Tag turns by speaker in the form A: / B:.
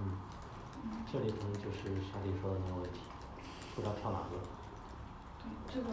A: 嗯，这里可能就是小李说的那个问题，不知道跳哪个。
B: 对这个